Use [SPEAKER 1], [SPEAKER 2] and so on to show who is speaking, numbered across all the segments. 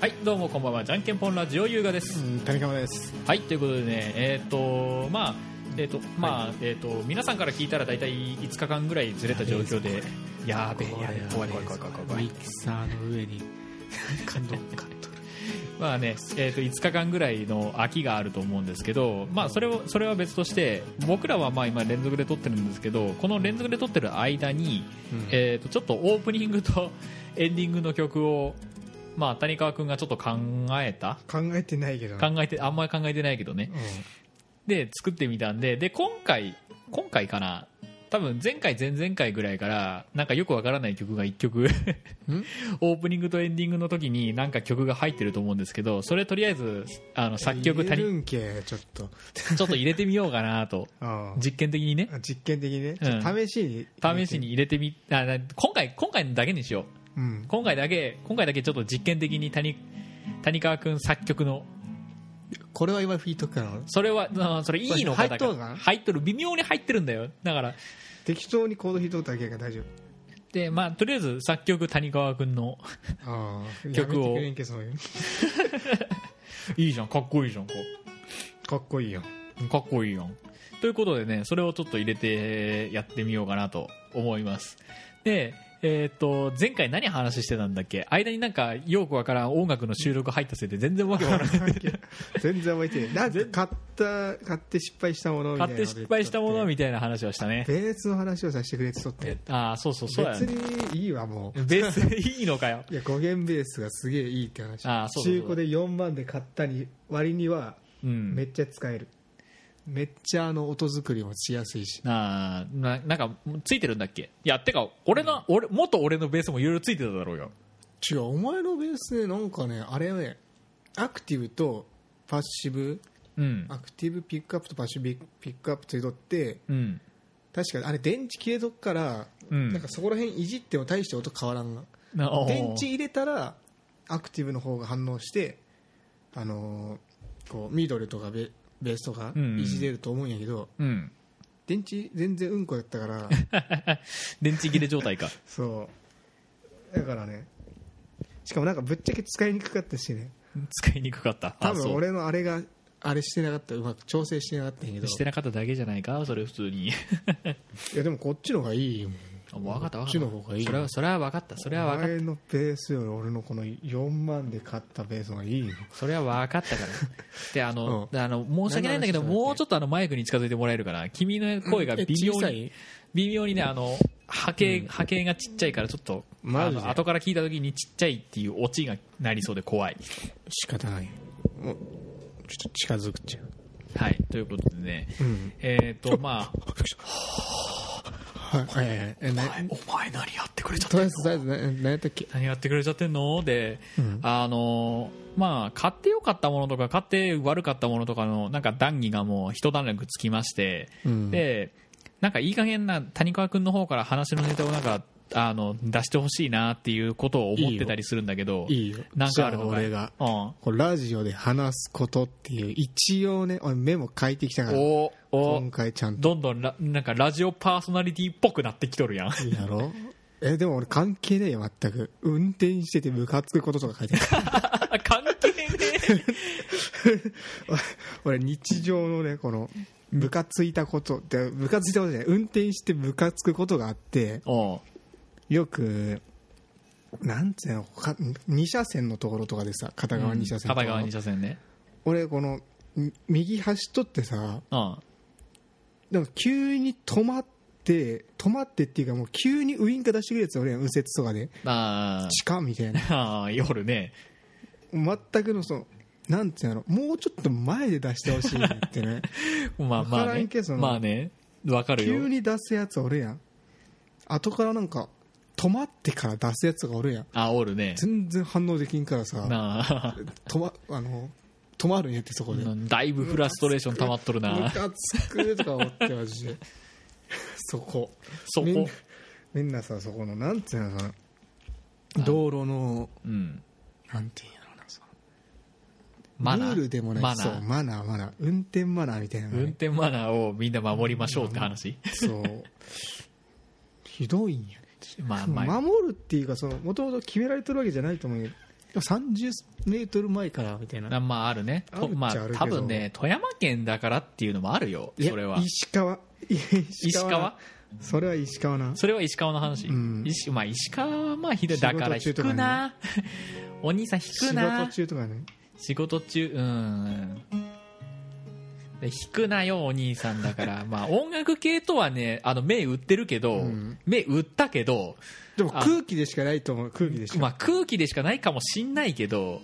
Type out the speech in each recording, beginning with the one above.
[SPEAKER 1] はいどうもこんばんはじゃんけんぽんラジオ優雅です、
[SPEAKER 2] うん谷川です
[SPEAKER 1] はいということでねえっ、とまあえっ、とまあ、えっ、と皆さんから聞いたら大体5日間ぐらいずれた状況でやーべえやべえ怖い怖い怖い怖い怖い
[SPEAKER 2] ミキサーの上に感動かとる
[SPEAKER 1] まあね、えー、と5日間ぐらいの空きがあると思うんですけど、まあ、それをそれは別として僕らはまあ今連続で撮ってるんですけどこの連続で撮ってる間に、
[SPEAKER 2] うん
[SPEAKER 1] えー、とちょっとオープニングと エンディングの曲を、まあ、谷川君がちょっと考えた
[SPEAKER 2] 考えてないけどな
[SPEAKER 1] 考えてあんまり考えてないけどね
[SPEAKER 2] う
[SPEAKER 1] で作ってみたんでで今回今回かな多分前回前々回ぐらいからなんかよくわからない曲が1曲
[SPEAKER 2] ん
[SPEAKER 1] オープニングとエンディングの時になんか曲が入ってると思うんですけどそれとりあえずあの作曲
[SPEAKER 2] 入
[SPEAKER 1] た
[SPEAKER 2] れ
[SPEAKER 1] り
[SPEAKER 2] るんけちょっと
[SPEAKER 1] ちょっと入れてみようかなと
[SPEAKER 2] あ
[SPEAKER 1] 実験的にね
[SPEAKER 2] あ実験的にねちょっと試しに
[SPEAKER 1] 試しに入れてみあな今回今回だけにしよう
[SPEAKER 2] うん
[SPEAKER 1] 今回だけ今回だけちょっと実験的に谷谷川君作曲の
[SPEAKER 2] これは今フィートかな
[SPEAKER 1] それはあそれいいのかだか
[SPEAKER 2] 入っと
[SPEAKER 1] ら
[SPEAKER 2] るか
[SPEAKER 1] 入っとる微妙に入ってるんだよだから
[SPEAKER 2] 適当にコード弾いとっただけが大丈夫
[SPEAKER 1] でまあとりあえず作曲谷川君の
[SPEAKER 2] ああ
[SPEAKER 1] 曲を
[SPEAKER 2] やめてくれんけそういうの
[SPEAKER 1] いいじゃんかっこいいじゃんこ
[SPEAKER 2] かっこい いよ
[SPEAKER 1] うかっこいいやんということでねそれをちょっと入れてやってみようかなと思いますでえーっと前回何話してたんだっけ間になんかよくわからん音楽の収録入ったせいで全然わけ わからない
[SPEAKER 2] 全然覚えてないなんか買った買って失敗したものみた
[SPEAKER 1] 買
[SPEAKER 2] いな
[SPEAKER 1] って失敗したもの
[SPEAKER 2] み
[SPEAKER 1] みたいな話をしたね
[SPEAKER 2] ベースの話をさせてくれってとって
[SPEAKER 1] えああそうそうそうや
[SPEAKER 2] 別
[SPEAKER 1] ね
[SPEAKER 2] にいいわもう
[SPEAKER 1] ベースいいのかよ
[SPEAKER 2] いや5弦ベースがすげえいいって話
[SPEAKER 1] あーそうそうそう
[SPEAKER 2] 中古で4万で買ったに割には
[SPEAKER 1] うん
[SPEAKER 2] めっちゃ使える、めっちゃあの音作りもしやすいし
[SPEAKER 1] あーななんかついてるんだっけいやてか俺の俺元俺のベースもいろいろついてただろうよ
[SPEAKER 2] 違うお前のベースねなんかねあれねアクティブとパッシブ
[SPEAKER 1] うん
[SPEAKER 2] アクティブピックアップとパッシブピックアップついとって
[SPEAKER 1] うん
[SPEAKER 2] 確かあれ電池切れとくから、
[SPEAKER 1] うん
[SPEAKER 2] なんかそこら辺いじっても大して音変わらんが
[SPEAKER 1] なおー
[SPEAKER 2] 電池入れたらアクティブの方が反応して、あのーこうミドルとかベベースとか
[SPEAKER 1] うんうん
[SPEAKER 2] いじれると思うんやけど、
[SPEAKER 1] うん
[SPEAKER 2] 電池全然うんこやったから
[SPEAKER 1] 電池切れ状態か
[SPEAKER 2] そうだからねしかもなんかぶっちゃけ使いにくかったしね
[SPEAKER 1] 使いにくかったあ
[SPEAKER 2] 多分俺のあれがあれしてなかったうまく調整してなかったん
[SPEAKER 1] そ
[SPEAKER 2] やけ
[SPEAKER 1] う
[SPEAKER 2] ど
[SPEAKER 1] してなかっただけじゃないかそれ普通に
[SPEAKER 2] いやでもこっちの方がいいよ
[SPEAKER 1] 分かった分
[SPEAKER 2] こっ
[SPEAKER 1] か
[SPEAKER 2] ち
[SPEAKER 1] った
[SPEAKER 2] の方がいい
[SPEAKER 1] それはそれは分かったそれは分かった
[SPEAKER 2] 前のベースより俺のこの4万で買ったベースの方がいいよ
[SPEAKER 1] それは分かった からであの,、
[SPEAKER 2] う
[SPEAKER 1] あの申し訳ないんだけど
[SPEAKER 2] 何の話だっけ
[SPEAKER 1] もうちょっとあのマイクに近づいてもらえるかな君の声が微妙
[SPEAKER 2] え小さ
[SPEAKER 1] に
[SPEAKER 2] い
[SPEAKER 1] 微妙にねあの波形波形がちっちゃいからちょっと
[SPEAKER 2] マ
[SPEAKER 1] あ
[SPEAKER 2] ジで
[SPEAKER 1] の後から聞いた時にちっちゃいっていうオチがなりそうで怖い
[SPEAKER 2] 仕方ないもうちょっと近づくっちゃう
[SPEAKER 1] はいということでね、
[SPEAKER 2] ん
[SPEAKER 1] えっ、とまあ
[SPEAKER 2] はいはいはいえな
[SPEAKER 1] お前何やってくれちゃ
[SPEAKER 2] とりあえずとりあえずな何やったっけ
[SPEAKER 1] 何やってくれちゃってんので、
[SPEAKER 2] うん
[SPEAKER 1] あのまあ買ってよかったものとか買って悪かったものとかのなんか談義がもう一段落つきまして、
[SPEAKER 2] うん
[SPEAKER 1] でなんかいい加減な谷川君の方から話のネタをなんかあの出してほしいなっていうことを思ってたりするんだけど
[SPEAKER 2] いいよ
[SPEAKER 1] なんかあるの
[SPEAKER 2] じゃ
[SPEAKER 1] か
[SPEAKER 2] あ
[SPEAKER 1] い
[SPEAKER 2] 俺が
[SPEAKER 1] うん、
[SPEAKER 2] こうラジオで話すことっていう一応ね俺メモ書いてきたから
[SPEAKER 1] おお
[SPEAKER 2] 今回ちゃんと
[SPEAKER 1] どんどんラなんかラジオパーソナリティっぽくなってきとる やん
[SPEAKER 2] いいやろえでも俺関係ねえよ全く運転しててムカつくこととか書いて ある
[SPEAKER 1] 関係ね え
[SPEAKER 2] 俺日常のねこのムカついたことってムカついたことじゃない運転してムカつくことがあって
[SPEAKER 1] おう
[SPEAKER 2] よくなんつうのか2車線のところとかでさ片側2車線とか
[SPEAKER 1] 片側二車線ね
[SPEAKER 2] 俺このみ右走っとってさ
[SPEAKER 1] うん
[SPEAKER 2] でも急に止まって止まってっていうかもう急にウインカー出してくるやつ俺右折とかで
[SPEAKER 1] あー
[SPEAKER 2] 痴漢みたいな
[SPEAKER 1] あー夜ね
[SPEAKER 2] 全くのそのなんていうのもうちょっと前で出してほしいなっ てね
[SPEAKER 1] まあま
[SPEAKER 2] わ
[SPEAKER 1] あ
[SPEAKER 2] から
[SPEAKER 1] ね
[SPEAKER 2] んけど。
[SPEAKER 1] まあね。わかる
[SPEAKER 2] 急
[SPEAKER 1] よ。
[SPEAKER 2] に出すやつ俺やん後からなんか止まってから出すやつが俺やん
[SPEAKER 1] あ、おるね。
[SPEAKER 2] 全然反応できんからさ
[SPEAKER 1] なあ。
[SPEAKER 2] 止まあの止まるんやってそこでム
[SPEAKER 1] だいぶフラストレーション溜まっとるな。
[SPEAKER 2] カつくとか思ってマジでそこ
[SPEAKER 1] そ
[SPEAKER 2] みん
[SPEAKER 1] こ
[SPEAKER 2] な。みんなさそこのなんていうのかな道路の
[SPEAKER 1] うん。
[SPEAKER 2] なんていうんやろうなその
[SPEAKER 1] マナー。
[SPEAKER 2] ルールでもない
[SPEAKER 1] マナ
[SPEAKER 2] そう
[SPEAKER 1] ー。
[SPEAKER 2] マナーマナー運転マナーみたいなのが
[SPEAKER 1] 運
[SPEAKER 2] ね、
[SPEAKER 1] 転マナーをみんな守りましょうって話。
[SPEAKER 2] そうひどいんや、
[SPEAKER 1] まあまあ。
[SPEAKER 2] 守るっていうかそのもともと決められてるわけじゃないと思うけど30メートル前からみたいな
[SPEAKER 1] あまああるねと
[SPEAKER 2] あるっちゃ
[SPEAKER 1] ま
[SPEAKER 2] ある
[SPEAKER 1] あ
[SPEAKER 2] けど
[SPEAKER 1] 多分ね富山県だからっていうのもあるよ
[SPEAKER 2] いや
[SPEAKER 1] それは
[SPEAKER 2] 石川いや 石
[SPEAKER 1] 石川
[SPEAKER 2] それは石川な
[SPEAKER 1] それは石川の話、
[SPEAKER 2] うん
[SPEAKER 1] 石まあ、石川はまあひどい
[SPEAKER 2] 仕事
[SPEAKER 1] だから
[SPEAKER 2] 中
[SPEAKER 1] 引
[SPEAKER 2] とか
[SPEAKER 1] く
[SPEAKER 2] ね
[SPEAKER 1] な、 お兄さん引く
[SPEAKER 2] 仕
[SPEAKER 1] な
[SPEAKER 2] 事中とかね
[SPEAKER 1] 仕事中うんで引くなよお兄さんだから まあ音楽系とはねあの目打ってるけど、
[SPEAKER 2] うん
[SPEAKER 1] 目打ったけど、
[SPEAKER 2] でも
[SPEAKER 1] あ
[SPEAKER 2] 空気でしかないと思う空気でしか、
[SPEAKER 1] まあ、空気でしかないかもしんないけど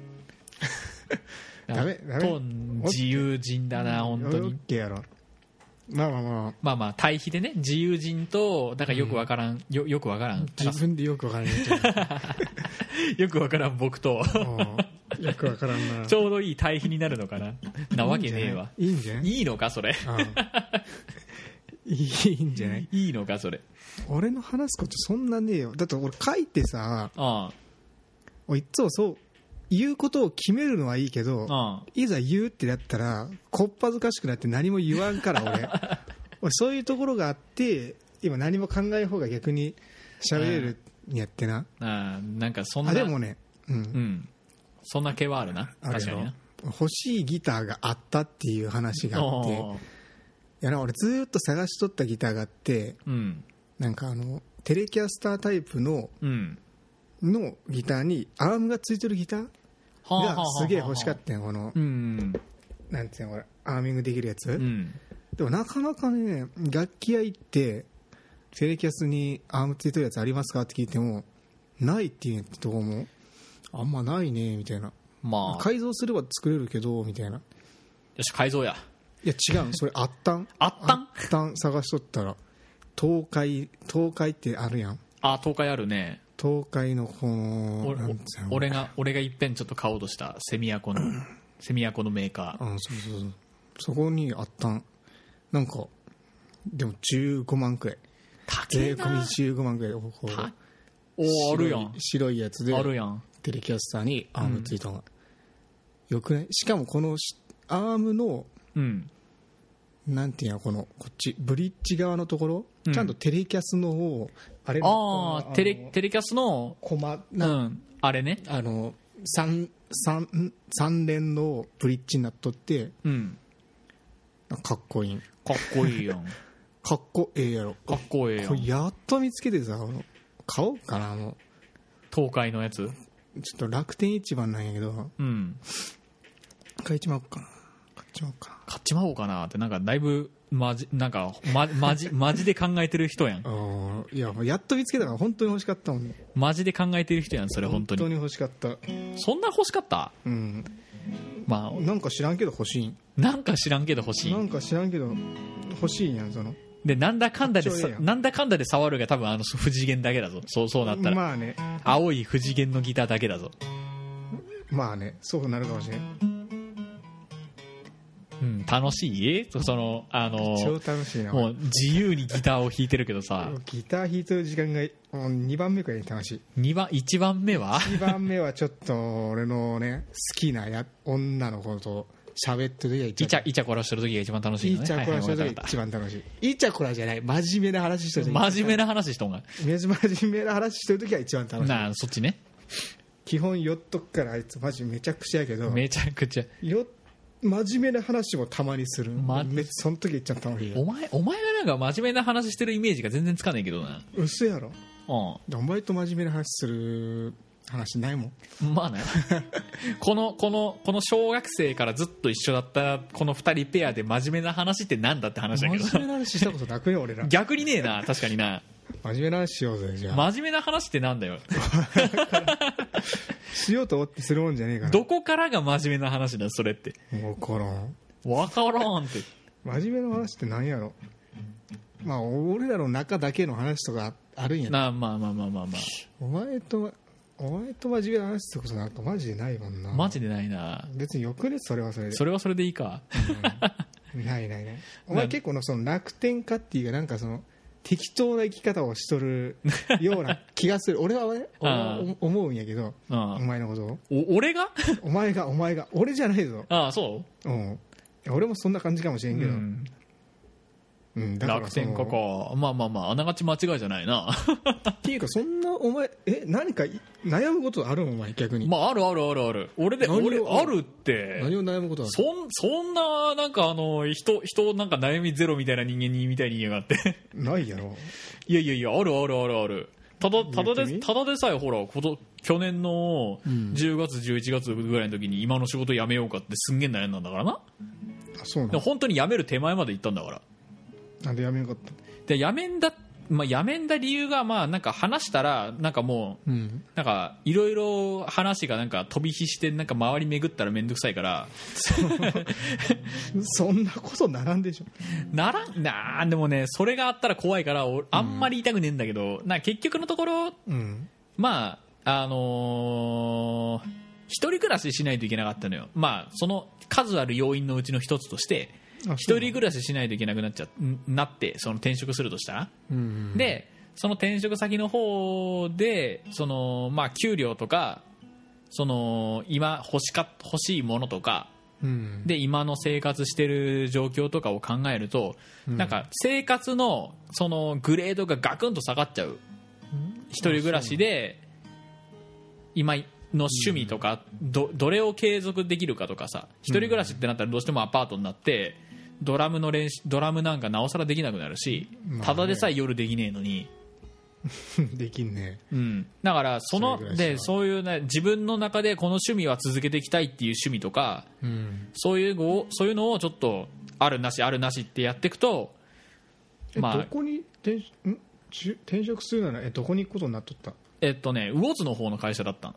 [SPEAKER 2] ダメダメ
[SPEAKER 1] とん自由人だな本当
[SPEAKER 2] オ
[SPEAKER 1] に
[SPEAKER 2] ッケーやろまあまあま
[SPEAKER 1] まあまあ対比でね自由人とだからよくわからん、よよくわからん
[SPEAKER 2] あ自分でよくわからないけ
[SPEAKER 1] よくわからん僕と
[SPEAKER 2] どうんよくわからんな
[SPEAKER 1] ちょうどいい対比になるのかななわけねえわ
[SPEAKER 2] いいんじゃない
[SPEAKER 1] いいのかそれ
[SPEAKER 2] いいんじゃないうんいいんじゃない
[SPEAKER 1] いいのかそれ
[SPEAKER 2] 俺の話すことそんなねえよだって俺書いてさ
[SPEAKER 1] あ
[SPEAKER 2] 俺いっつもそう言うことを決めるのはいいけど
[SPEAKER 1] ああ
[SPEAKER 2] いざ言うってなったらこっぱずかしくなって何も言わんから 俺俺そういうところがあって今何も考えん方が逆に喋れるんやってな、
[SPEAKER 1] あああなんかそんな
[SPEAKER 2] あでもね、うん
[SPEAKER 1] うんそんな気はあるな
[SPEAKER 2] あれ
[SPEAKER 1] 確かに
[SPEAKER 2] よ
[SPEAKER 1] な
[SPEAKER 2] 欲しいギターがあったっていう話があってい
[SPEAKER 1] おー
[SPEAKER 2] やな俺ずーっと探しとったギターがあって
[SPEAKER 1] うん
[SPEAKER 2] なんかあのテレキャスタータイプの
[SPEAKER 1] うん
[SPEAKER 2] のギターにアームがついてるギター
[SPEAKER 1] はあはあはあ
[SPEAKER 2] が
[SPEAKER 1] はあ
[SPEAKER 2] すげえ欲しかったんよこの
[SPEAKER 1] うん
[SPEAKER 2] なんていうのこれアーミングできるやつ、
[SPEAKER 1] うん
[SPEAKER 2] でもなかなかね楽器屋行ってテレキャスにアームついてるやつありますかって聞いてもないっていうとこもあんまないねみたいな
[SPEAKER 1] まあよ
[SPEAKER 2] 改造すれば作れるけどみたいな
[SPEAKER 1] し改造や
[SPEAKER 2] いや違 うそれあったん
[SPEAKER 1] あったん
[SPEAKER 2] あったん探しとったら東海東海ってあるやん
[SPEAKER 1] あ東海あるね
[SPEAKER 2] 東海のこの
[SPEAKER 1] 俺
[SPEAKER 2] なんつうの
[SPEAKER 1] 俺が俺がいっぺんちょっと買おうとしたセミヤコのセミヤコのメーカー
[SPEAKER 2] うんそうそうそうそこにあったんなんかでも15万くらい
[SPEAKER 1] 高
[SPEAKER 2] 税
[SPEAKER 1] え
[SPEAKER 2] 込み
[SPEAKER 1] な
[SPEAKER 2] 15万くらいでこう
[SPEAKER 1] たおーあるやん
[SPEAKER 2] 白い白いやつで
[SPEAKER 1] あるやん
[SPEAKER 2] テレキャスターにアームついたのが、よくないしかもこのしアームの
[SPEAKER 1] うん
[SPEAKER 2] なんていうのこのこっちブリッジ側のところ、
[SPEAKER 1] うん
[SPEAKER 2] ちゃんとテレキャスの方をあれ
[SPEAKER 1] ああテレテレキャスの
[SPEAKER 2] コマ
[SPEAKER 1] う
[SPEAKER 2] な、
[SPEAKER 1] んあれね
[SPEAKER 2] あの三三三連のブリッジになっとって
[SPEAKER 1] うん
[SPEAKER 2] かっこいい
[SPEAKER 1] かっこいい やんか
[SPEAKER 2] かっこええやろ
[SPEAKER 1] っこええや
[SPEAKER 2] これ
[SPEAKER 1] ん
[SPEAKER 2] やっと見つけてさこの買おうかなも
[SPEAKER 1] 東海のやつ
[SPEAKER 2] うちょっと楽天市場なんやけど
[SPEAKER 1] うん
[SPEAKER 2] 買いちまおうかな買っちまおうか
[SPEAKER 1] 買っちまおうかなってなんかだいぶマジなんかまマジマジで考えてる人やん
[SPEAKER 2] なああいやもうやっと見つけたから本当に欲しかったもんね
[SPEAKER 1] マジで考えてる人やんそれ本当に
[SPEAKER 2] 欲しかった
[SPEAKER 1] そんな欲しかった
[SPEAKER 2] うん
[SPEAKER 1] まあ
[SPEAKER 2] なんか知らんけど欲しいん
[SPEAKER 1] なんか知らんけど欲しい
[SPEAKER 2] なんか知らんけど欲しいんやんその
[SPEAKER 1] でなんだかんだで
[SPEAKER 2] こっち
[SPEAKER 1] さ
[SPEAKER 2] はええやん
[SPEAKER 1] なんだかんだで触るが多分あの不次元だけだぞそうそうなったら、
[SPEAKER 2] まあね
[SPEAKER 1] 青い不次元のギターだけだぞ
[SPEAKER 2] まあねそうなるかもしれん
[SPEAKER 1] うん楽しいえそのあの
[SPEAKER 2] 超楽しいな
[SPEAKER 1] もう自由にギターを弾いてるけどさ
[SPEAKER 2] ギター弾いてる時間がもう2番目くらいに楽しい
[SPEAKER 1] 2番1番目は
[SPEAKER 2] 2番目はちょっと俺のね好きなや女の子と喋ってる時が
[SPEAKER 1] イ
[SPEAKER 2] 一
[SPEAKER 1] チ
[SPEAKER 2] 番
[SPEAKER 1] ャイチャコラしてる時が一番楽しい
[SPEAKER 2] イ
[SPEAKER 1] よね
[SPEAKER 2] チャコラしてる時が一番楽しいイチャコラじゃない真面目な話してる時
[SPEAKER 1] 真面目な話しとんが
[SPEAKER 2] 真面目な話してる時が一番楽しい
[SPEAKER 1] なあそっちね
[SPEAKER 2] 基本寄っとくからあいつマジめちゃくちゃやけど
[SPEAKER 1] めちゃくちゃ
[SPEAKER 2] よ真面目な話もたまにする、
[SPEAKER 1] ま
[SPEAKER 2] めその時言っちゃったのに
[SPEAKER 1] お前お前がなんか真面目な話してるイメージが全然つかないけどな
[SPEAKER 2] 嘘やろ
[SPEAKER 1] う
[SPEAKER 2] お前と真面目な話する話ないもん
[SPEAKER 1] んまあ ねこのこのこの小学生からずっと一緒だったこの2人ペアで真面目な話ってなんだって話だけど
[SPEAKER 2] 真面目な話したことなくね俺ら
[SPEAKER 1] 逆にねえな確かにな
[SPEAKER 2] 真面目な話しようぜじゃあ、
[SPEAKER 1] 真面目な話ってなんだよ
[SPEAKER 2] しようと思ってするもんじゃねえから
[SPEAKER 1] どこからが真面目な話だよそれって
[SPEAKER 2] もうこの
[SPEAKER 1] わからんって
[SPEAKER 2] 真面目な話って何やろまあ俺らの中だけの話とかあるんや
[SPEAKER 1] なあまあまあまあまあま
[SPEAKER 2] お前とお前と真面目な話することなんかマジでないもんな
[SPEAKER 1] あマジでないな
[SPEAKER 2] 別によくねそれはそれで
[SPEAKER 1] それはそれでいいか
[SPEAKER 2] ないないないお前結構のその楽天家っていうかなんかその適当な生き方をしとるような気が する俺はね俺は
[SPEAKER 1] あ
[SPEAKER 2] 思うんやけど
[SPEAKER 1] う
[SPEAKER 2] お
[SPEAKER 1] ん
[SPEAKER 2] 前のことを
[SPEAKER 1] お俺が
[SPEAKER 2] お前がお前が俺じゃないぞ、
[SPEAKER 1] ああそ
[SPEAKER 2] うん、俺もそんな感じかもしれ
[SPEAKER 1] う、
[SPEAKER 2] ん
[SPEAKER 1] う
[SPEAKER 2] けど、
[SPEAKER 1] ん、
[SPEAKER 2] うん、だから
[SPEAKER 1] 楽
[SPEAKER 2] その
[SPEAKER 1] 天ココまあまあまああながち間違いじゃないな
[SPEAKER 2] っていうかそんなお前え何かい悩むことあるのお前逆に、
[SPEAKER 1] まああるあるあるある俺で
[SPEAKER 2] 何を
[SPEAKER 1] 俺あるって
[SPEAKER 2] 何を悩むことある
[SPEAKER 1] そんそんななんかあの人人なんか悩みゼロみたいな人間にみたいに言いやがって
[SPEAKER 2] ないやろ
[SPEAKER 1] いやいやいやあるあるあるあるただただ
[SPEAKER 2] 言って
[SPEAKER 1] で
[SPEAKER 2] み
[SPEAKER 1] ただでさえほらこと去年の
[SPEAKER 2] ん
[SPEAKER 1] 10月11月ぐらいの時に今の仕事辞めようかってすんげえ悩んだんだからな
[SPEAKER 2] あそうな
[SPEAKER 1] で
[SPEAKER 2] の
[SPEAKER 1] 本当に辞める手前まで行ったんだから
[SPEAKER 2] なんでやめなかった
[SPEAKER 1] で辞めんだ、まあ、辞めんだ理由がまあなんか話したらなんかもう
[SPEAKER 2] うん
[SPEAKER 1] なんかいろいろ話がなんか飛び火してなんか周り巡ったら面倒くさいから
[SPEAKER 2] そんなことならんでしょ
[SPEAKER 1] ならんなあでもねそれがあったら怖いからおあんまり言いたくねえんだけど、なんか結局のところ
[SPEAKER 2] うん
[SPEAKER 1] まああのー一人暮らししないといけなかったのよまあその数ある要因のうちの一つとして
[SPEAKER 2] あ
[SPEAKER 1] 一
[SPEAKER 2] そうな
[SPEAKER 1] 人暮らししないといけなくなっちゃんなってその転職するとしたら
[SPEAKER 2] うん
[SPEAKER 1] でその転職先の方でその、まあ、給料とかその今欲しか欲しいものとか
[SPEAKER 2] うん
[SPEAKER 1] で今の生活してる状況とかを考えると、なんか生活のそのグレードがガクンと下がっちゃう一人暮らしで今の趣味とかどどれを継続できるかとかさ一人暮らしってなったらどうしてもアパートになってドラムの練習ドラムなんかなおさらできなくなるし
[SPEAKER 2] まあね
[SPEAKER 1] ただでさえ夜できねえのに。
[SPEAKER 2] できんね
[SPEAKER 1] うん、だからその
[SPEAKER 2] それぐらいしか
[SPEAKER 1] でそういう、ね、自分の中でこの趣味は続けていきたいっていう趣味とか
[SPEAKER 2] うん
[SPEAKER 1] そういうごそういうのをちょっとあるなしあるなしってやっていくと
[SPEAKER 2] え
[SPEAKER 1] まあ
[SPEAKER 2] どこに転んち転職するならえどこに行くことになっとった
[SPEAKER 1] えっとね魚津の方の会社だった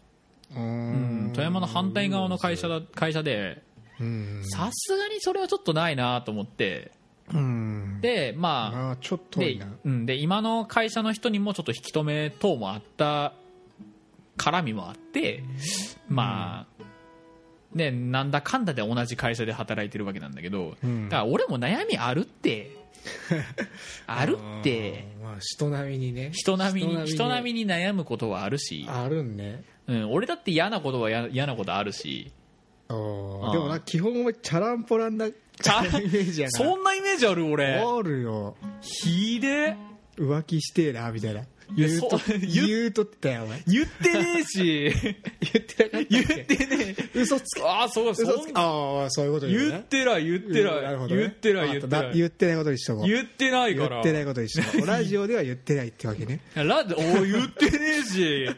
[SPEAKER 1] の、う
[SPEAKER 2] う
[SPEAKER 1] ん
[SPEAKER 2] ん
[SPEAKER 1] 富山の反対側の会社だ会社で
[SPEAKER 2] うん
[SPEAKER 1] さすがにそれはちょっとないなと思って
[SPEAKER 2] うん
[SPEAKER 1] でまあ
[SPEAKER 2] あーちょっと遠
[SPEAKER 1] で
[SPEAKER 2] いな
[SPEAKER 1] うん、で今の会社の人にもちょっと引き止め等もあった絡みもあってまあ、ね、なんだかんだで同じ会社で働いてるわけなんだけど、
[SPEAKER 2] うん
[SPEAKER 1] だから俺も悩みあるって あるって
[SPEAKER 2] あーまあ人並みにね
[SPEAKER 1] 人並みに人並みに悩むことはあるし、
[SPEAKER 2] あるんね
[SPEAKER 1] うん、俺だって嫌なことはや嫌なことあるし
[SPEAKER 2] あ
[SPEAKER 1] あー
[SPEAKER 2] ーでもな基本はチャランポランなイメ
[SPEAKER 1] ャラ
[SPEAKER 2] ージやな
[SPEAKER 1] そんなイメージある俺
[SPEAKER 2] あるよ
[SPEAKER 1] ひで
[SPEAKER 2] 浮気してえなみたいな
[SPEAKER 1] や
[SPEAKER 2] 言うと
[SPEAKER 1] そう言っ
[SPEAKER 2] 言うとったよお前
[SPEAKER 1] 言ってねえ し
[SPEAKER 2] 言ってなかった
[SPEAKER 1] 言
[SPEAKER 2] っ
[SPEAKER 1] っ
[SPEAKER 2] け
[SPEAKER 1] てねえ
[SPEAKER 2] 嘘つけ
[SPEAKER 1] ああそうそ
[SPEAKER 2] 嘘
[SPEAKER 1] う
[SPEAKER 2] つけああそういうこと言う
[SPEAKER 1] 言っ
[SPEAKER 2] ね
[SPEAKER 1] てない言って
[SPEAKER 2] うん
[SPEAKER 1] な
[SPEAKER 2] なる
[SPEAKER 1] い
[SPEAKER 2] ほどね
[SPEAKER 1] 言ってない言って
[SPEAKER 2] わかった
[SPEAKER 1] な
[SPEAKER 2] だ
[SPEAKER 1] い
[SPEAKER 2] 言ってないことにしとこう
[SPEAKER 1] 言ってないか
[SPEAKER 2] 言
[SPEAKER 1] ら
[SPEAKER 2] ってないことにしと こうラジオでは言ってないってわけね
[SPEAKER 1] ラジオおー言ってねえし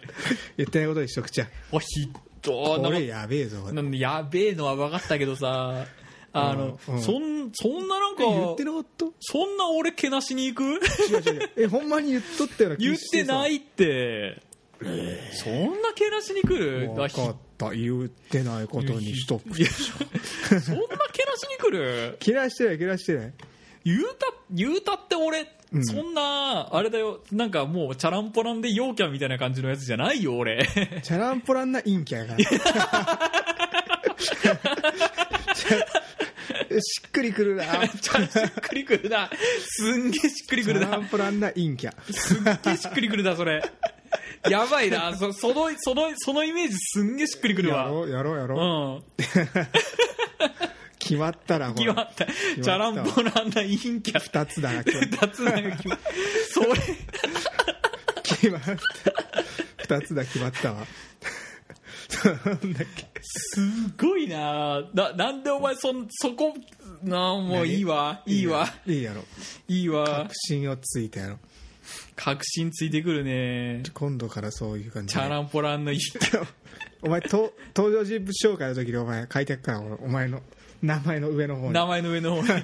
[SPEAKER 2] 言ってないことにしとくちゃ
[SPEAKER 1] おひっど
[SPEAKER 2] こ
[SPEAKER 1] な
[SPEAKER 2] れ
[SPEAKER 1] ん
[SPEAKER 2] やべえぞこれ
[SPEAKER 1] かなんやべえのは分かったけどさあの、
[SPEAKER 2] うんうん
[SPEAKER 1] そんそんななんか
[SPEAKER 2] 言ってなかった
[SPEAKER 1] そんな俺けなしに行く
[SPEAKER 2] 違う違う違うえほんまに言っとったような気
[SPEAKER 1] 言っ
[SPEAKER 2] しててさ
[SPEAKER 1] ないって、そんなけなしに来る
[SPEAKER 2] わかった言ってないことにしとく
[SPEAKER 1] いやそんなけなしに来る
[SPEAKER 2] 切らしてない切らしてない
[SPEAKER 1] 言うた言うたって俺、
[SPEAKER 2] うん
[SPEAKER 1] そんなあれだよなんかもうチャランポランで陽キャみたいな感じのやつじゃないよ俺
[SPEAKER 2] チャランポランな陰キャや から しっくりくるな
[SPEAKER 1] ちゃんしっくりくるなすんげえしっくり
[SPEAKER 2] チ
[SPEAKER 1] くる
[SPEAKER 2] ャ
[SPEAKER 1] な
[SPEAKER 2] ランポランな陰キャ
[SPEAKER 1] すんげえしっくりくるなそれやばいなそそのそのそのイメージすんげえしっくりくる
[SPEAKER 2] や
[SPEAKER 1] わ
[SPEAKER 2] ろうやろうやろ
[SPEAKER 1] う
[SPEAKER 2] う
[SPEAKER 1] ん
[SPEAKER 2] 決まったらこれ
[SPEAKER 1] 決まったチャランポランな陰キャ
[SPEAKER 2] 2つだな決
[SPEAKER 1] 二つなんか決まそれ
[SPEAKER 2] 決まった2つだ決まったわなんだっけ
[SPEAKER 1] すごいなななんでお前そんそこなもういいわ いいわ
[SPEAKER 2] いいやろ
[SPEAKER 1] いいわ
[SPEAKER 2] 確信をついたやろ
[SPEAKER 1] 確信ついてくるね
[SPEAKER 2] 今度からそういう感じ
[SPEAKER 1] チャランポランの陰キャ
[SPEAKER 2] お前と登場人物紹介の時にお前書いてあっから俺お前の名前の上の方に
[SPEAKER 1] 名前の上の方に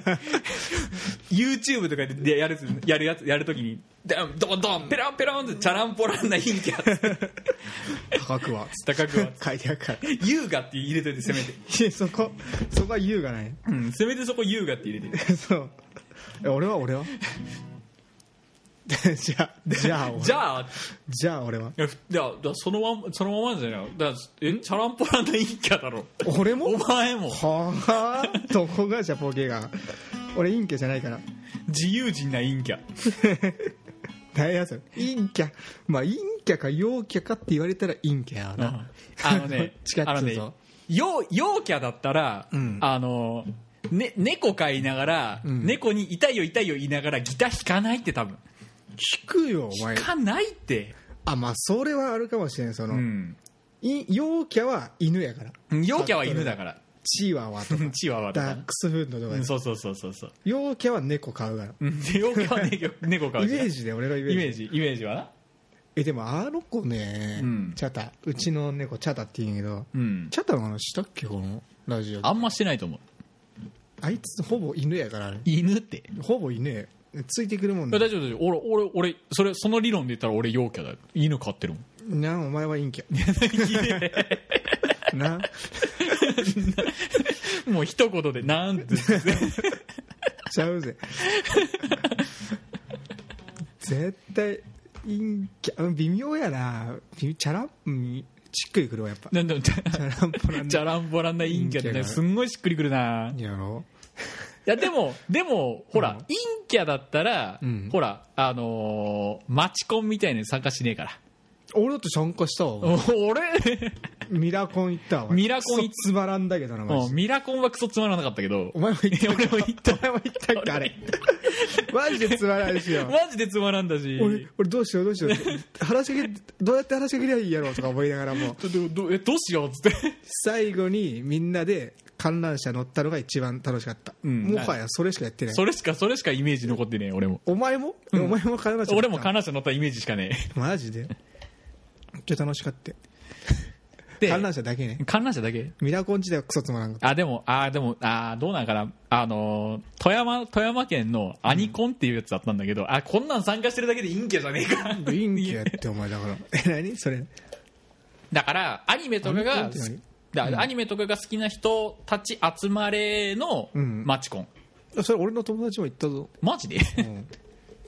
[SPEAKER 1] YouTube とかでやるやつやるやつやるときにダンドンドンペロンペロンってチャランポランな陰キャって
[SPEAKER 2] 高くは
[SPEAKER 1] 高くは
[SPEAKER 2] 書いてあるから
[SPEAKER 1] 優雅って入れといてせめて、
[SPEAKER 2] いやそこそこは優雅ない
[SPEAKER 1] うん、せめてそこ優雅って入れて
[SPEAKER 2] そうえ俺は俺は じゃあじゃあ俺
[SPEAKER 1] じゃあ
[SPEAKER 2] じゃあ俺はい
[SPEAKER 1] やふいやだからそのまんそのままじゃないよだからえチャランポランな陰キャだろ
[SPEAKER 2] 俺も
[SPEAKER 1] お前も
[SPEAKER 2] はあ どこがじゃボケが俺陰キャじゃないから
[SPEAKER 1] 自由人な陰キャ
[SPEAKER 2] 大やそれ陰キャまあ陰キャか陽キャかって言われたら陰キャやな
[SPEAKER 1] あのね
[SPEAKER 2] 違っちゃうぞ
[SPEAKER 1] あのね陽陽キャだったら、
[SPEAKER 2] うん
[SPEAKER 1] あのね、猫飼いながら、
[SPEAKER 2] うん
[SPEAKER 1] 猫に痛いよ痛いよ言いながらギター弾かないって多分
[SPEAKER 2] 聞くよお前
[SPEAKER 1] 弾かないって、
[SPEAKER 2] あまあそれはあるかもしれないその、
[SPEAKER 1] うん、
[SPEAKER 2] い陽キャは犬やから
[SPEAKER 1] 陽キャは犬だ から
[SPEAKER 2] チワワ とか
[SPEAKER 1] チワワと
[SPEAKER 2] ダ
[SPEAKER 1] か
[SPEAKER 2] ックスフンドとか、
[SPEAKER 1] うんそうそうそうそうそう
[SPEAKER 2] 陽キャは猫飼うから
[SPEAKER 1] うんで陽キャは ね猫飼う
[SPEAKER 2] イ
[SPEAKER 1] じ
[SPEAKER 2] メ
[SPEAKER 1] ゃん
[SPEAKER 2] ージで俺のイメー
[SPEAKER 1] イ
[SPEAKER 2] ジ
[SPEAKER 1] メージイメージはな
[SPEAKER 2] えでもあの子ね、
[SPEAKER 1] うん
[SPEAKER 2] チャタうちの猫チャタって言うんやけど、
[SPEAKER 1] うん
[SPEAKER 2] チャタの話したっけこのラジオで
[SPEAKER 1] あんましてないと思う
[SPEAKER 2] あいつほぼ犬やからあれ
[SPEAKER 1] 犬って
[SPEAKER 2] ほぼ犬ついてくるもん
[SPEAKER 1] いや
[SPEAKER 2] ね
[SPEAKER 1] 大丈夫大丈夫俺俺俺それその理論で言ったら俺陽キャだよ犬飼ってるもん
[SPEAKER 2] なお前は陰 キャな
[SPEAKER 1] もう一言でなんて
[SPEAKER 2] ちゃうぜ絶対陰キャうん微妙やな微チャランうんしっくりくるわやっぱ
[SPEAKER 1] なんでもチ
[SPEAKER 2] チャランポなんだ
[SPEAKER 1] ャランポランな陰キャだ
[SPEAKER 2] 陰キャ
[SPEAKER 1] ね
[SPEAKER 2] だ
[SPEAKER 1] すんごいしっくりくるない
[SPEAKER 2] やろ
[SPEAKER 1] いやでもでもほら、
[SPEAKER 2] うん
[SPEAKER 1] 陰キャだったら、
[SPEAKER 2] うん
[SPEAKER 1] ほらあのーマチコンみたいなのに参加しねえから
[SPEAKER 2] 俺だって参加したわお前
[SPEAKER 1] 俺
[SPEAKER 2] ミラコン行ったわお前
[SPEAKER 1] ミラコン行っ
[SPEAKER 2] クソつまらんだけどなマジ
[SPEAKER 1] うんミラコンはクソつまらなかったけど
[SPEAKER 2] お前も言った
[SPEAKER 1] 俺も言った
[SPEAKER 2] お前も言ったっけあれ マジでつまら んしよ
[SPEAKER 1] マジでつまらんだし
[SPEAKER 2] 俺俺どうしようどうしようって話しかけどうやって話しかけりゃいいやろうとか思いながらも
[SPEAKER 1] どどどえどうしようっつって
[SPEAKER 2] 最後にみんなで観覧車乗ったのが一番楽しかった、
[SPEAKER 1] うん
[SPEAKER 2] もはやそれしかやってない
[SPEAKER 1] それしかそれしかイメージ残ってねえ俺も
[SPEAKER 2] お前も、お前も観覧車乗った
[SPEAKER 1] 俺も観覧車乗ったイメージしかね
[SPEAKER 2] マジでめっちゃ楽し かった
[SPEAKER 1] え
[SPEAKER 2] 観覧車だけね
[SPEAKER 1] 観覧車だけ
[SPEAKER 2] ミラコン時代はクソつまらんかった
[SPEAKER 1] あでもあでもあどうなんかなあのー富山富山県のアニコンっていうやつだったんだけど、あこんなん参加してるだけで陰キャじゃねえか
[SPEAKER 2] インキやってお前だから え何それ
[SPEAKER 1] だからアニメとか
[SPEAKER 2] アニコン
[SPEAKER 1] が
[SPEAKER 2] って何
[SPEAKER 1] だアニメとかが好きな人たち集まれの
[SPEAKER 2] うん
[SPEAKER 1] マチコン、
[SPEAKER 2] それ俺の友達も言ったぞ、
[SPEAKER 1] マジで
[SPEAKER 2] うん、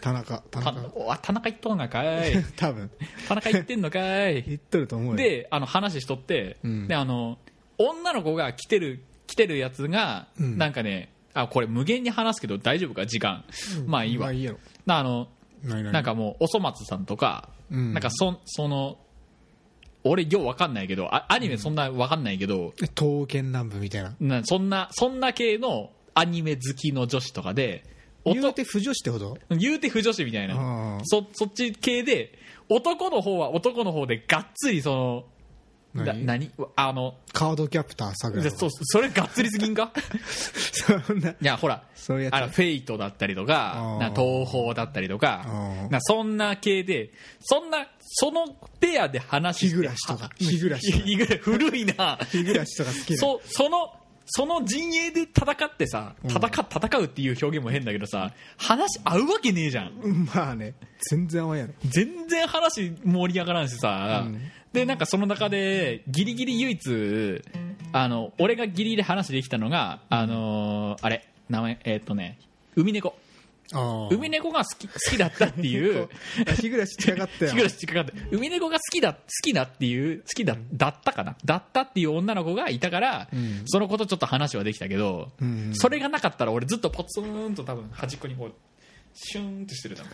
[SPEAKER 2] 田中田
[SPEAKER 1] た
[SPEAKER 2] 中
[SPEAKER 1] おあ田中行っとんのか い
[SPEAKER 2] 多分
[SPEAKER 1] 田中行ってんのかい
[SPEAKER 2] 言っとると思うよ
[SPEAKER 1] であの話しとって、
[SPEAKER 2] うん
[SPEAKER 1] であの女の子が来てる来てるやつが、
[SPEAKER 2] うん
[SPEAKER 1] なんかねあこれ無限に話すけど大丈夫か時間、まあいい
[SPEAKER 2] ま
[SPEAKER 1] わ
[SPEAKER 2] あいいやろ
[SPEAKER 1] なあの
[SPEAKER 2] ないない
[SPEAKER 1] なんかもうおそ松さんとか、
[SPEAKER 2] うん
[SPEAKER 1] なんかそその俺ようわかんないけどあアニメそんなわかんないけど、
[SPEAKER 2] 刀剣乱舞みたいな
[SPEAKER 1] なそんなそんな系のアニメ好きの女子とかで
[SPEAKER 2] 言う
[SPEAKER 1] 男
[SPEAKER 2] て不女子ってほど
[SPEAKER 1] 言うて不女子みたいな
[SPEAKER 2] あー
[SPEAKER 1] そそっち系で男の方は男の方でがっつりそのな
[SPEAKER 2] 何
[SPEAKER 1] 何あの
[SPEAKER 2] カードキャプターさくら
[SPEAKER 1] で
[SPEAKER 2] とか
[SPEAKER 1] そそれがっつりすぎんか
[SPEAKER 2] そんない
[SPEAKER 1] やほら
[SPEAKER 2] そういうやつ
[SPEAKER 1] あのフェイトだったりとか
[SPEAKER 2] あー
[SPEAKER 1] な東宝だったりとか
[SPEAKER 2] あー
[SPEAKER 1] なそんな系でそんなそのペアで話して
[SPEAKER 2] 日暮らしとか日暮らしとか
[SPEAKER 1] 日暮らし古いな
[SPEAKER 2] 日暮らしとか好きな
[SPEAKER 1] そそのその陣営で戦ってさ戦戦うっていう表現も変だけどさ話合うわけねえじゃん
[SPEAKER 2] まあね全然合わんやろ
[SPEAKER 1] 全然話盛り上がらんしさ、
[SPEAKER 2] うん
[SPEAKER 1] でなんかその中でギリギリ唯一あの俺がギリギリ話できたのがあのーあれ名前えーっとね海猫
[SPEAKER 2] あ
[SPEAKER 1] 海猫が好き好きだったって いう
[SPEAKER 2] 日暮らし近かった
[SPEAKER 1] 日
[SPEAKER 2] よ
[SPEAKER 1] 暮らし近かった海猫が好きだ好きだっていう好きだだったかなだったっていう女の子がいたから、
[SPEAKER 2] うん
[SPEAKER 1] そのことちょっと話はできたけど、
[SPEAKER 2] うん
[SPEAKER 1] それがなかったら俺ずっとポツンと多分端っこにこうシューンとしてる 多分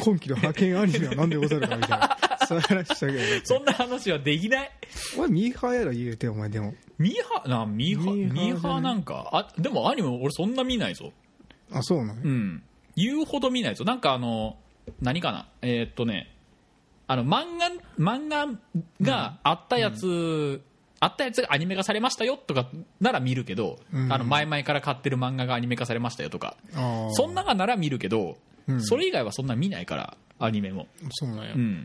[SPEAKER 2] 今期の派遣アニメは何でござるかみた いなそういう話したけど
[SPEAKER 1] そんな話はできない
[SPEAKER 2] お前ミーハーやろ言うてお前でも
[SPEAKER 1] ミーハーなミーハー
[SPEAKER 2] ミーハーじゃな
[SPEAKER 1] ミ
[SPEAKER 2] い
[SPEAKER 1] ーハーなんかあでもアニメ俺そんな見ないぞ
[SPEAKER 2] あそうなの
[SPEAKER 1] うん言うほど見ないぞなんかあの何かなえーっとねあの漫画漫画があったやつ、あったやつがアニメ化されましたよとかなら見るけど、
[SPEAKER 2] うん
[SPEAKER 1] あの前々から買ってる漫画がアニメ化されましたよとか
[SPEAKER 2] ああ
[SPEAKER 1] そん中なら見るけど、
[SPEAKER 2] うん
[SPEAKER 1] それ以外はそんな見ないからアニメも、
[SPEAKER 2] そうなんや
[SPEAKER 1] うん、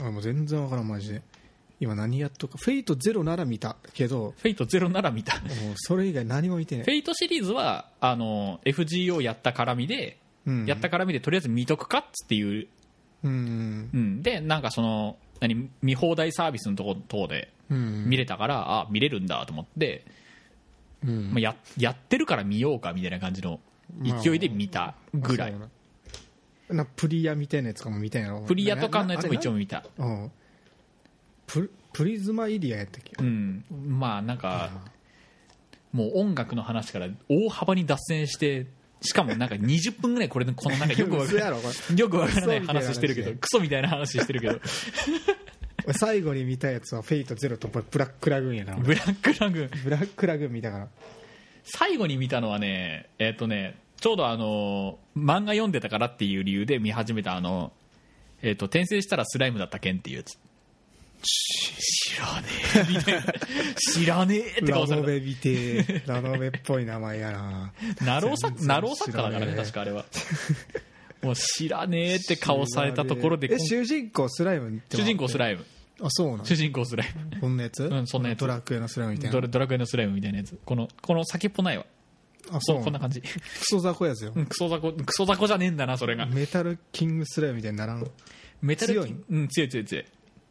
[SPEAKER 2] 俺もう全然わからんマジで今何やっとかフェイトゼロなら見たけど
[SPEAKER 1] フェイトゼロなら見た
[SPEAKER 2] もうそれ以外何も見てな
[SPEAKER 1] フェ
[SPEAKER 2] い
[SPEAKER 1] イトシリーズはあの FGO やった絡みで、
[SPEAKER 2] うん
[SPEAKER 1] やった絡みでとりあえず見とくかっつっていう、
[SPEAKER 2] うん
[SPEAKER 1] うん、でなんかその何見放題サービスのとこ等で
[SPEAKER 2] うん
[SPEAKER 1] 見れたから、あ見れるんだと思って、
[SPEAKER 2] うん
[SPEAKER 1] まあ、ややってるから見ようかみたいな感じの勢いで見たぐらい、
[SPEAKER 2] そうななプリヤみたいなやつかも見たいなの
[SPEAKER 1] プリヤとかのやつも一応
[SPEAKER 2] 応
[SPEAKER 1] 見た、
[SPEAKER 2] うんププリズマイリアやったっけ
[SPEAKER 1] うん、まあなんかもう音楽の話から大幅に脱線してしかもなんか20分ぐらいこれのこのなんか よくわか
[SPEAKER 2] 嘘や
[SPEAKER 1] ら
[SPEAKER 2] ろこ
[SPEAKER 1] ないよくわからない話
[SPEAKER 2] クソみたいな話
[SPEAKER 1] してるけどクソみたいな話してるけど
[SPEAKER 2] れ最後に見たやつはフェイトゼロとブラックラグーンやから
[SPEAKER 1] ブラックラグーン
[SPEAKER 2] ブラックラグーン見たから
[SPEAKER 1] 最後に見たのはねえっ、とねちょうどあの漫画読んでたからっていう理由で見始めたあのえっ、と転生したらスライムだったけんっていうやつ知らねえみたいな知らねえって
[SPEAKER 2] ラ
[SPEAKER 1] 顔さ
[SPEAKER 2] ノ
[SPEAKER 1] れ
[SPEAKER 2] ベ見てラノベっぽい名前やな
[SPEAKER 1] たナロー作
[SPEAKER 2] 全然
[SPEAKER 1] ナロー作家だからね
[SPEAKER 2] 知らねえ
[SPEAKER 1] 確かあれ はもう知らねえって顔されたところで
[SPEAKER 2] え主人公スライム
[SPEAKER 1] 主人公ス
[SPEAKER 2] イ
[SPEAKER 1] ライム
[SPEAKER 2] ムあそうなの
[SPEAKER 1] 主人公スライム
[SPEAKER 2] こんなやつ
[SPEAKER 1] うんそんなやつ
[SPEAKER 2] ドラクエのスライムみたい
[SPEAKER 1] ド
[SPEAKER 2] な
[SPEAKER 1] ラドラクエのスライムみたいなやつこのこの先っぽないわ
[SPEAKER 2] あ
[SPEAKER 1] そ
[SPEAKER 2] そう
[SPEAKER 1] うこんな感じ
[SPEAKER 2] クソ雑魚やつよ
[SPEAKER 1] うんクソザコクソザコじゃねえんだなそれが
[SPEAKER 2] メタルキングスライムみたいにならん
[SPEAKER 1] メタル
[SPEAKER 2] 強い
[SPEAKER 1] キンうん強い強い強い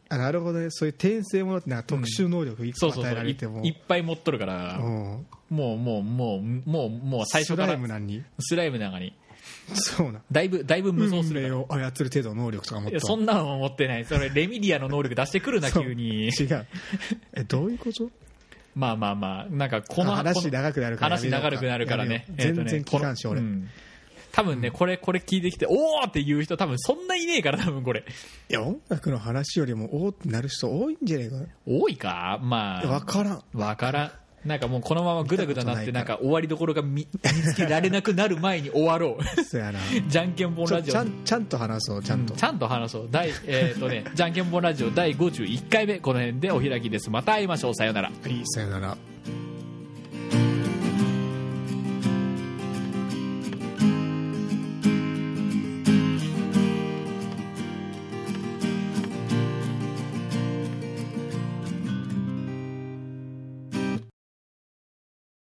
[SPEAKER 2] あなるほどねそういう転生ものってなんか特殊能力いっぱ
[SPEAKER 1] そ
[SPEAKER 2] いう
[SPEAKER 1] そう
[SPEAKER 2] 与
[SPEAKER 1] そ
[SPEAKER 2] えら
[SPEAKER 1] うい
[SPEAKER 2] れても
[SPEAKER 1] いっぱい持っとるから
[SPEAKER 2] うん
[SPEAKER 1] もうもうもうもうもう最初か
[SPEAKER 2] スラ
[SPEAKER 1] ら
[SPEAKER 2] イムなんに
[SPEAKER 1] スライムの中に
[SPEAKER 2] そうな
[SPEAKER 1] だいぶだいぶ無双
[SPEAKER 2] 運
[SPEAKER 1] するか
[SPEAKER 2] 命
[SPEAKER 1] ら
[SPEAKER 2] を操る程度の能力とか持っ
[SPEAKER 1] いや
[SPEAKER 2] た
[SPEAKER 1] そんなの持ってないそれレミディアの能力出してくるな
[SPEAKER 2] そう
[SPEAKER 1] 急に
[SPEAKER 2] 違うえどういうこと
[SPEAKER 1] まあまあまあなんかこの
[SPEAKER 2] あ
[SPEAKER 1] こ
[SPEAKER 2] 話
[SPEAKER 1] の
[SPEAKER 2] 長くなるからや
[SPEAKER 1] 話
[SPEAKER 2] めようか
[SPEAKER 1] 長くなるからね
[SPEAKER 2] やめよ
[SPEAKER 1] えー
[SPEAKER 2] う
[SPEAKER 1] とね
[SPEAKER 2] 全然聞かんし
[SPEAKER 1] この
[SPEAKER 2] 俺
[SPEAKER 1] うん多分ねこれこれ聞いてきておおっていう人多分そんないねえから多分これ
[SPEAKER 2] いや音楽の話よりもおーってなる人多いんじゃねえか
[SPEAKER 1] 多いかまあ
[SPEAKER 2] 分からん
[SPEAKER 1] わからんなんかもうこのままグダグダなってなんか終わりどころが見見つけられなくなる前に終わろう
[SPEAKER 2] そうやな
[SPEAKER 1] じゃんけんぽん
[SPEAKER 2] ち
[SPEAKER 1] ラ
[SPEAKER 2] ょ
[SPEAKER 1] ジオ
[SPEAKER 2] ちゃんちゃんと話そうちゃんと、
[SPEAKER 1] ちゃんと話そう第、えーとね、じゃんけんぽんラジオ第51回目この辺でお開きですまた会いましょうさようなら
[SPEAKER 2] はいさよなら